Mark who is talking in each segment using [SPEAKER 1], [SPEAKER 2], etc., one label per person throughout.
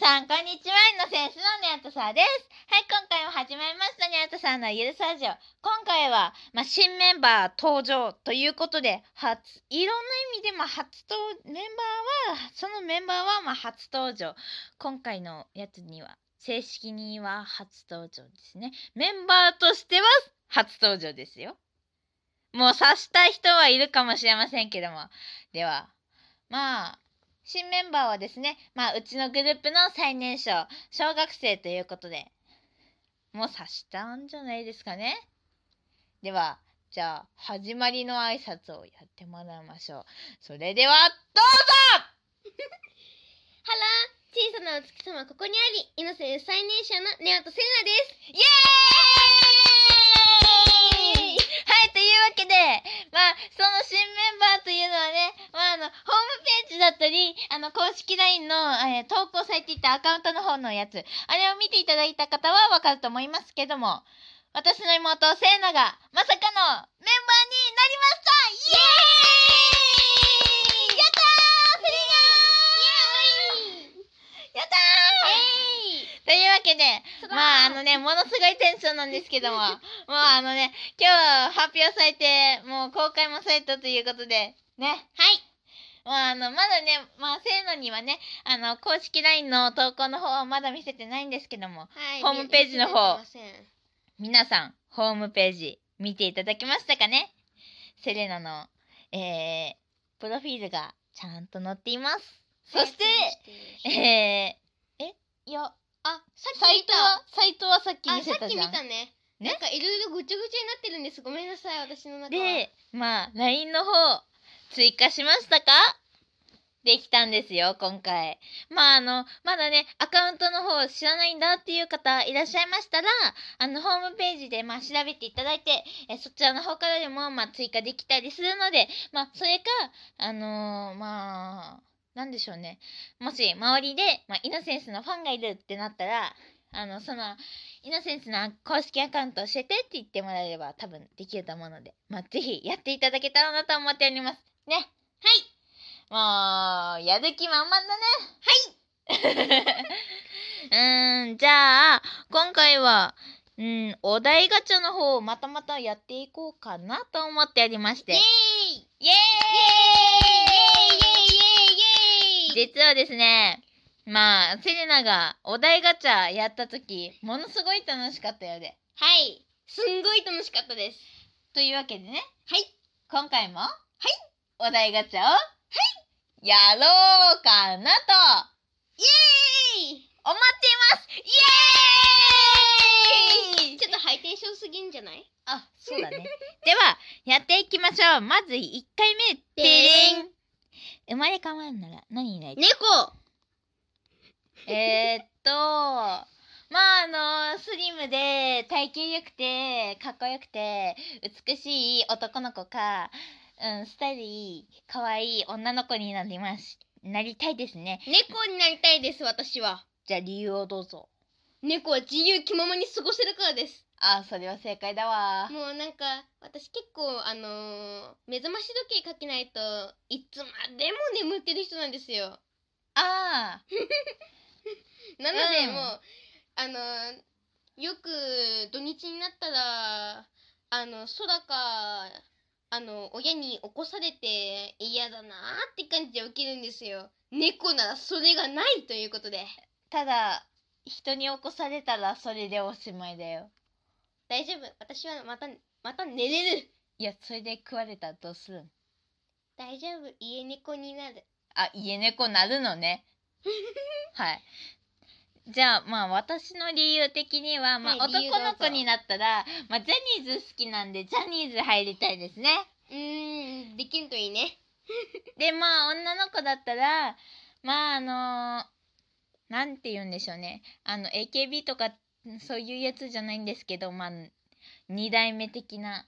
[SPEAKER 1] さん、こんにちは。のセンスのニャートさです。はい、今回も始まりました。ニャートさんのゆるさじオ。今回は、まあ、新メンバー登場ということで、初、いろんな意味で、まあ、初と、メンバーは、そのメンバーは、まあ、初登場。今回のやつには、正式には初登場ですね。メンバーとしては、初登場ですよ。もう察した人はいるかもしれませんけども。では、まあ、新メンバーはですね、まあ、うちのグループの最年少、小学生ということで、もう察したんじゃないですかね。では、じゃあ、始まりの挨拶をやってもらいましょう。それでは、どうぞ
[SPEAKER 2] ハロー、小さなお月様ここにあり、イノセン最年少のネオとセナで
[SPEAKER 1] イ
[SPEAKER 2] す。
[SPEAKER 1] エーイはい、というわけで、まあ、その新メンバーというのはね、まあ、あの、ホームページだったり、あの、公式 LINE の、えー、投稿されていたアカウントの方のやつ、あれを見ていただいた方はわかると思いますけども、私の妹、セイナが、まさかのメンバーになりましたイエーイやったーセイナーやったーというわけで、まああのね、ものすごいテンションなんですけど も、もうあのね、今日発表されて、もう公開もされたということで、ね。はい。まああの、まだね、まあ、せーのにはね、あの、公式 LINE の投稿の方はまだ見せてないんですけども、
[SPEAKER 2] はい、
[SPEAKER 1] ホームページの方、皆さん、ホームページ見ていただけましたかねセレナの、えー、プロフィールがちゃんと載っています。そして、えー、え、いや、
[SPEAKER 2] あ、さっき
[SPEAKER 1] サイ
[SPEAKER 2] 見
[SPEAKER 1] ト
[SPEAKER 2] た。
[SPEAKER 1] は、サイトはさっき
[SPEAKER 2] あ、
[SPEAKER 1] 見せ
[SPEAKER 2] さ
[SPEAKER 1] た
[SPEAKER 2] っき
[SPEAKER 1] じ
[SPEAKER 2] 見
[SPEAKER 1] ゃん。
[SPEAKER 2] たね。
[SPEAKER 1] ね
[SPEAKER 2] なんかいろいろぐちゃぐちゃになってるんです。ごめんなさい、私の中は。
[SPEAKER 1] で、まあ、LINE の方、追加しましたかできたんですよ、今回。まあ、あの、まだね、アカウントの方知らないんだっていう方いらっしゃいましたら、あの、ホームページで、まあ、調べていただいて、えそちらの方からでも、まあ、追加できたりするので、まあ、それか、あのーまあ、なんでしょうね。もし、周りで、まあ、イノセンスのファンがいるってなったら、あの、その、イノセンスの公式アカウント教えてって言ってもらえれば多分できると思うので、まあ、ぜひやっていただけたらなと思っております。ね。はい。もう、やる気満々だね。 はい。うーん、じゃあ、今回は、うん、お題ガチャの方をまたまたやっていこうかなと思っておりまして。
[SPEAKER 2] イエー
[SPEAKER 1] イ
[SPEAKER 2] イ
[SPEAKER 1] エ
[SPEAKER 2] イエーイイエーイイエーイイエーイ
[SPEAKER 1] ーイ実はですね、まあ、セレナがお題ガチャやった時、ものすごい楽しかったようで。
[SPEAKER 2] はい。すんごい楽しかったです。
[SPEAKER 1] というわけでね、
[SPEAKER 2] はい。
[SPEAKER 1] 今回も、はい、お題ガチャを、はい、やろうかなと、
[SPEAKER 2] イエーイ
[SPEAKER 1] 思っていますイエーイ
[SPEAKER 2] ちょっとハイテンションすぎんじゃない
[SPEAKER 1] あ、そうだね。 では、やっていきましょう。まず1回目、てれん。生まれ変わるなら何になりたい
[SPEAKER 2] 猫
[SPEAKER 1] えーっと、まああの、スリムで体型良くて、かっこよくて、美しい男の子か、うん、スタイルいい、可愛い女の子になります。なりたいですね。
[SPEAKER 2] 猫になりたいです、私は。
[SPEAKER 1] じゃあ理由をどうぞ。
[SPEAKER 2] 猫は自由気ままに過ごせるからです。
[SPEAKER 1] あー、それは正解だわ。
[SPEAKER 2] もうなんか私結構あのー目覚まし時計かけないといつまでも眠ってる人なんですよ
[SPEAKER 1] あ
[SPEAKER 2] なので
[SPEAKER 1] うん
[SPEAKER 2] もう、あのーよく土日になったらあの空かあの親に起こされて嫌だなーって感じで起きるんですよ猫ならそれがないということで
[SPEAKER 1] ー、ただ、人に起こされたらそれでおしまいだよ。
[SPEAKER 2] 大丈夫私はまたまた寝れる
[SPEAKER 1] いや、それで食われたらどうするん
[SPEAKER 2] 大丈夫家猫になる
[SPEAKER 1] あ、家猫なるの ね。はい。じゃあ、まあ、私の理由的には、まあ、
[SPEAKER 2] はい理由
[SPEAKER 1] 男の
[SPEAKER 2] どう
[SPEAKER 1] 子
[SPEAKER 2] ぞ
[SPEAKER 1] になったら、まあ、ジャニーズ好きなんで、ジャニーズ入りたいですね。
[SPEAKER 2] うーんできるといいね
[SPEAKER 1] で、まあ、女の子だったら、まあ、あのなんて言うんでしょうね。あの、AKB とか、そういうやつじゃないんですけど、まあ、二代目的な、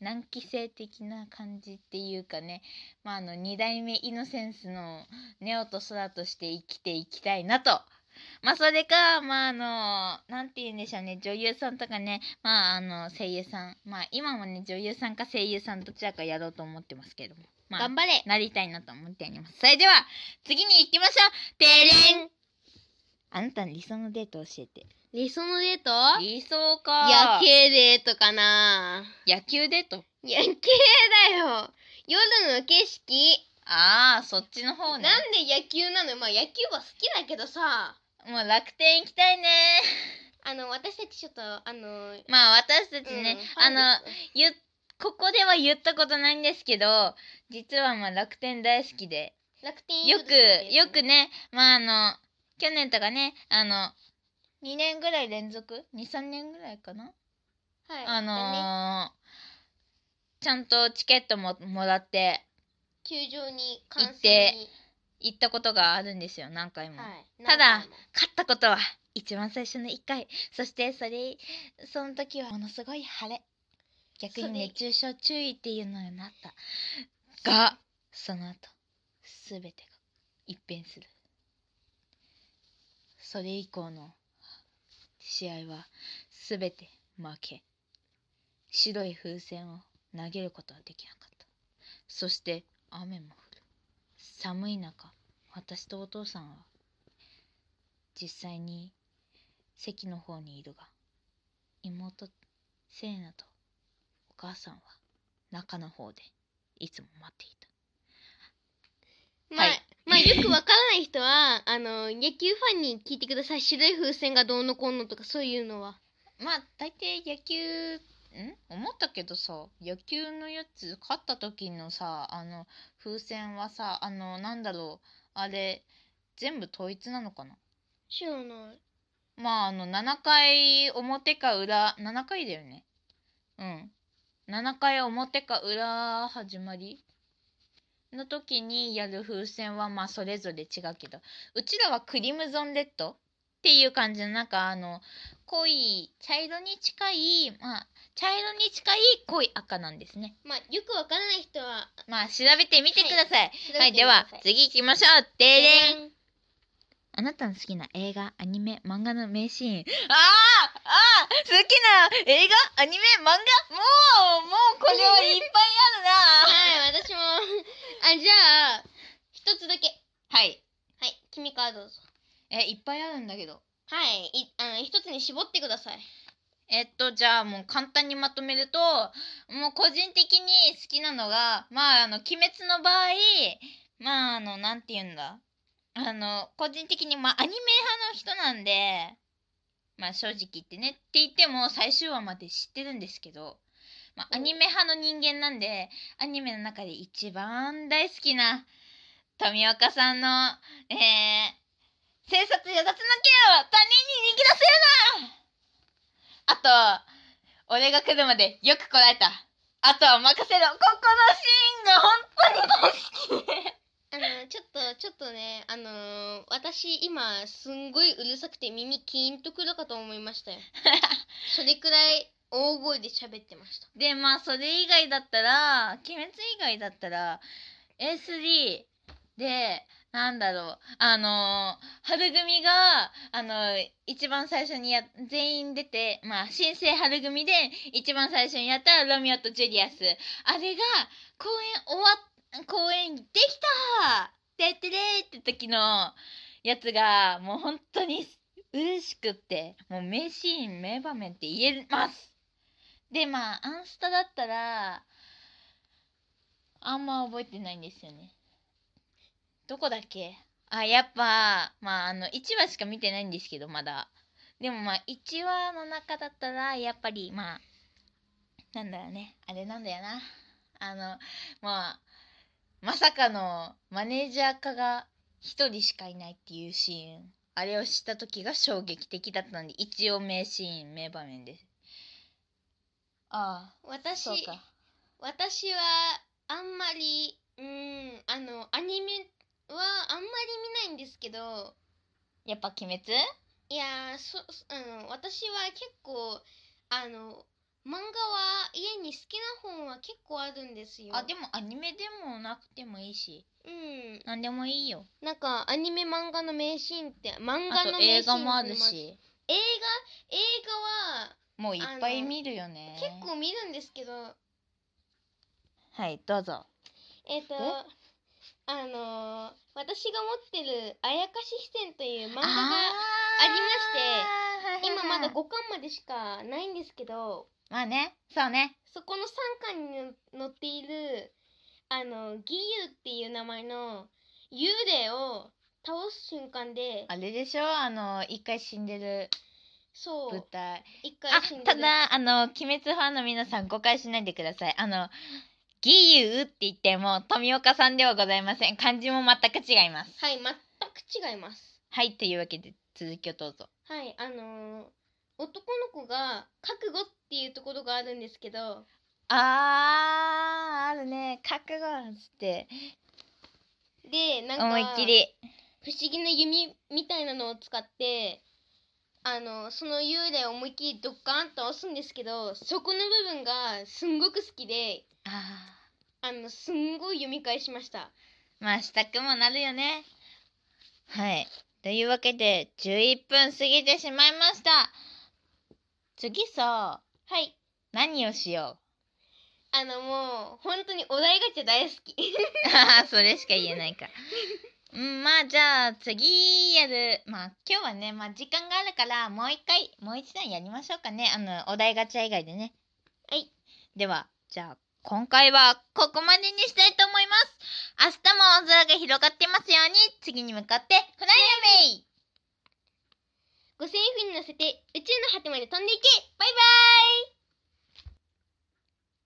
[SPEAKER 1] 何期生的な感じっていうかね、まあ、あの、二代目イノセンスのネオと空として生きていきたいなと。まあ、それか、まあ、あの、なんて言うんでしょうね、女優さんとかね、まあ、あの、声優さん、まあ、今もね、女優さんか声優さんどちらかやろうと思ってますけども。まあ
[SPEAKER 2] 頑張れ
[SPEAKER 1] なりたいなと思っております。それでは、次に行きましょう。てれんあなたの理想のデートを教えて
[SPEAKER 2] 理想のデート
[SPEAKER 1] 理想
[SPEAKER 2] 夜
[SPEAKER 1] か
[SPEAKER 2] 景デートかな
[SPEAKER 1] 野球デート
[SPEAKER 2] 夜景だよ夜の景色
[SPEAKER 1] ああそっちの方ね
[SPEAKER 2] なんで野球なのまあ野球は好きだけどさ
[SPEAKER 1] もう楽天行きたいね
[SPEAKER 2] あの私たちちょっとあの、うん
[SPEAKER 1] まあ私たちね、あの
[SPEAKER 2] ファンです
[SPEAKER 1] ゆここでは言ったことないんですけど実はまあ楽天大好きで
[SPEAKER 2] 楽天
[SPEAKER 1] よくよくねまああの去年とかねあの2年ぐらい連続23年ぐらいかな
[SPEAKER 2] はい
[SPEAKER 1] あ
[SPEAKER 2] だね
[SPEAKER 1] のーちゃんとチケットももらって
[SPEAKER 2] 球場に観戦
[SPEAKER 1] 行って
[SPEAKER 2] に
[SPEAKER 1] 行ったことがあるんですよ何回も、
[SPEAKER 2] はい
[SPEAKER 1] ただ
[SPEAKER 2] 何回も
[SPEAKER 1] 勝ったことは一番最初の1回そしてそれその時はものすごい晴れ逆に熱中症注意っていうのになったがその後全てが一変するそれ以降の試合は全て負け白い風船を投げることはできなかったそして雨も降る寒い中私とお父さんは実際に席の方にいるが妹セイナとお母さんは中の方でいつも待っていた
[SPEAKER 2] まあ、
[SPEAKER 1] はい
[SPEAKER 2] まあよくわからない人はあの野球ファンに聞いてください白い風船がどうのこうのとかそういうのは
[SPEAKER 1] まあ大抵野球ん思ったけどさ野球のやつ勝った時のさあの風船はさあのなんだろうあれ全部統一なのかな
[SPEAKER 2] 知らない
[SPEAKER 1] まああの7回表か裏7回だよねうん7回表か裏始まりの時にやる風船はまあそれぞれ違うけどうちらはクリムゾンレッドっていう感じのなんかあの濃い茶色に近いまあ茶色に近い濃い赤なんですね
[SPEAKER 2] まあよくわからない人は
[SPEAKER 1] まあ調べてみてください
[SPEAKER 2] 調べてみてくだ
[SPEAKER 1] はい、
[SPEAKER 2] さ
[SPEAKER 1] では次行きましょうデーデン
[SPEAKER 2] ででん
[SPEAKER 1] あなたの好きな映画、アニメ、漫画の名シーン。あーああ好きな映画、アニメ、漫画もうもうこれはいっぱいあるな
[SPEAKER 2] はい私もあじゃあ一つだけ
[SPEAKER 1] はい。
[SPEAKER 2] はい君からどうぞ
[SPEAKER 1] え、いっぱいあるんだけど。
[SPEAKER 2] はいいあの一つに絞ってください
[SPEAKER 1] えっと、じゃあもう簡単にまとめると、もう個人的に好きなのが、まあ、あの、鬼滅の場合、まあ、あの、なんて言うんだ。あの、個人的に、まあ、アニメ派の人なんで、まあ、正直言ってね。って言っても、最終話まで知ってるんですけど、まあ、
[SPEAKER 2] うん
[SPEAKER 1] アニメ派の人間なんで、アニメの中で一番大好きな、富岡さんの、えー、生殺与奪の剣を他人に逃げ出せるなあと、俺が来るまでよくこらえた。あとは任せろここのシーンが本当に大好き
[SPEAKER 2] あのちょっとちょっとねあのー私今すんごいうるさくて耳キーンとくるかと思いましたよそれくらい大声で喋ってました
[SPEAKER 1] でまあそれ以外だったら「鬼滅」以外だったら A3 でなんだろうあのー春組があのー一番最初にや全員出てまあ新生春組で一番最初にやったロミオとジュリアスあれが公演終わっ公演できたでってれーって時のやつがもう本当に嬉しくってもう名シーン名場面って言えますでまあアンスタだったらあんま覚えてないんですよねどこだっけあやっぱまああの1話しか見てないんですけどまだでもまあ1話の中だったらやっぱりまあなんだろうねあれなんだよなあのまあまさかのマネージャー化が1人しかいないっていうシーンあれを知った時が衝撃的だったので一応名シーン名場面ですああ
[SPEAKER 2] 私
[SPEAKER 1] そうか
[SPEAKER 2] 私はあんまりうんあのアニメはあんまり見ないんですけど
[SPEAKER 1] やっぱ鬼滅
[SPEAKER 2] いやーそそあの私は結構あの漫画は家に好きな本は結構あるんですよ
[SPEAKER 1] あでもアニメでもなくてもいいし
[SPEAKER 2] うん
[SPEAKER 1] 何でもいいよ
[SPEAKER 2] なんかアニメ漫画の名シーンって漫
[SPEAKER 1] あと
[SPEAKER 2] 画の名
[SPEAKER 1] 映
[SPEAKER 2] シー
[SPEAKER 1] 画
[SPEAKER 2] ン
[SPEAKER 1] もある
[SPEAKER 2] ます映
[SPEAKER 1] し
[SPEAKER 2] 画映画は
[SPEAKER 1] もういっぱい見るよね
[SPEAKER 2] 結構見るんですけど
[SPEAKER 1] はいどうぞ
[SPEAKER 2] えっ、とあのー私が持ってる「あやかし視線」という漫画
[SPEAKER 1] あー
[SPEAKER 2] が
[SPEAKER 1] はいはいはい
[SPEAKER 2] 今まだ5巻までしかないんですけど
[SPEAKER 1] まあねそうね
[SPEAKER 2] そこの3巻に載っているあの義勇っていう名前の幽霊を倒す瞬間で
[SPEAKER 1] あれでしょあの一回死んでる
[SPEAKER 2] そ
[SPEAKER 1] 舞
[SPEAKER 2] う
[SPEAKER 1] 台
[SPEAKER 2] 一
[SPEAKER 1] あ
[SPEAKER 2] 回死んで
[SPEAKER 1] た
[SPEAKER 2] る
[SPEAKER 1] だあの鬼滅ファンの皆さん誤解しないでくださいあの義勇って言っても富岡さんではございません漢字も全く違います
[SPEAKER 2] はい全く違います
[SPEAKER 1] はいというわけで続きをどうぞ
[SPEAKER 2] はいあのー男の子が覚悟っていうところがあるんですけど
[SPEAKER 1] あーあるね覚悟って
[SPEAKER 2] でなんか
[SPEAKER 1] 思いっきり
[SPEAKER 2] 不思議な弓みたいなのを使ってあのその幽霊を思いっきりドッカーンと押すんですけどそこの部分がすんごく好きで
[SPEAKER 1] あ
[SPEAKER 2] あのすんごい読み返しました
[SPEAKER 1] ーまあしたくもなるよねはいというわけで11分過ぎてしまいました次さ
[SPEAKER 2] はい
[SPEAKER 1] 何をしよ
[SPEAKER 2] あのもう本当にお題ガチャ大好き
[SPEAKER 1] う それしか言えないかうんまあじゃあ次やるまあ今日はねまあ時間があるからもう一回もう一段やりましょうかねあのお題ガチャ以外でね
[SPEAKER 2] はい
[SPEAKER 1] ではじゃあ今回はここまでにしたいと思います明日も青空が広がってますように次に向かってフライアウェイ
[SPEAKER 2] 五線譜に乗せて宇宙の果てまで飛んでいけバイバイ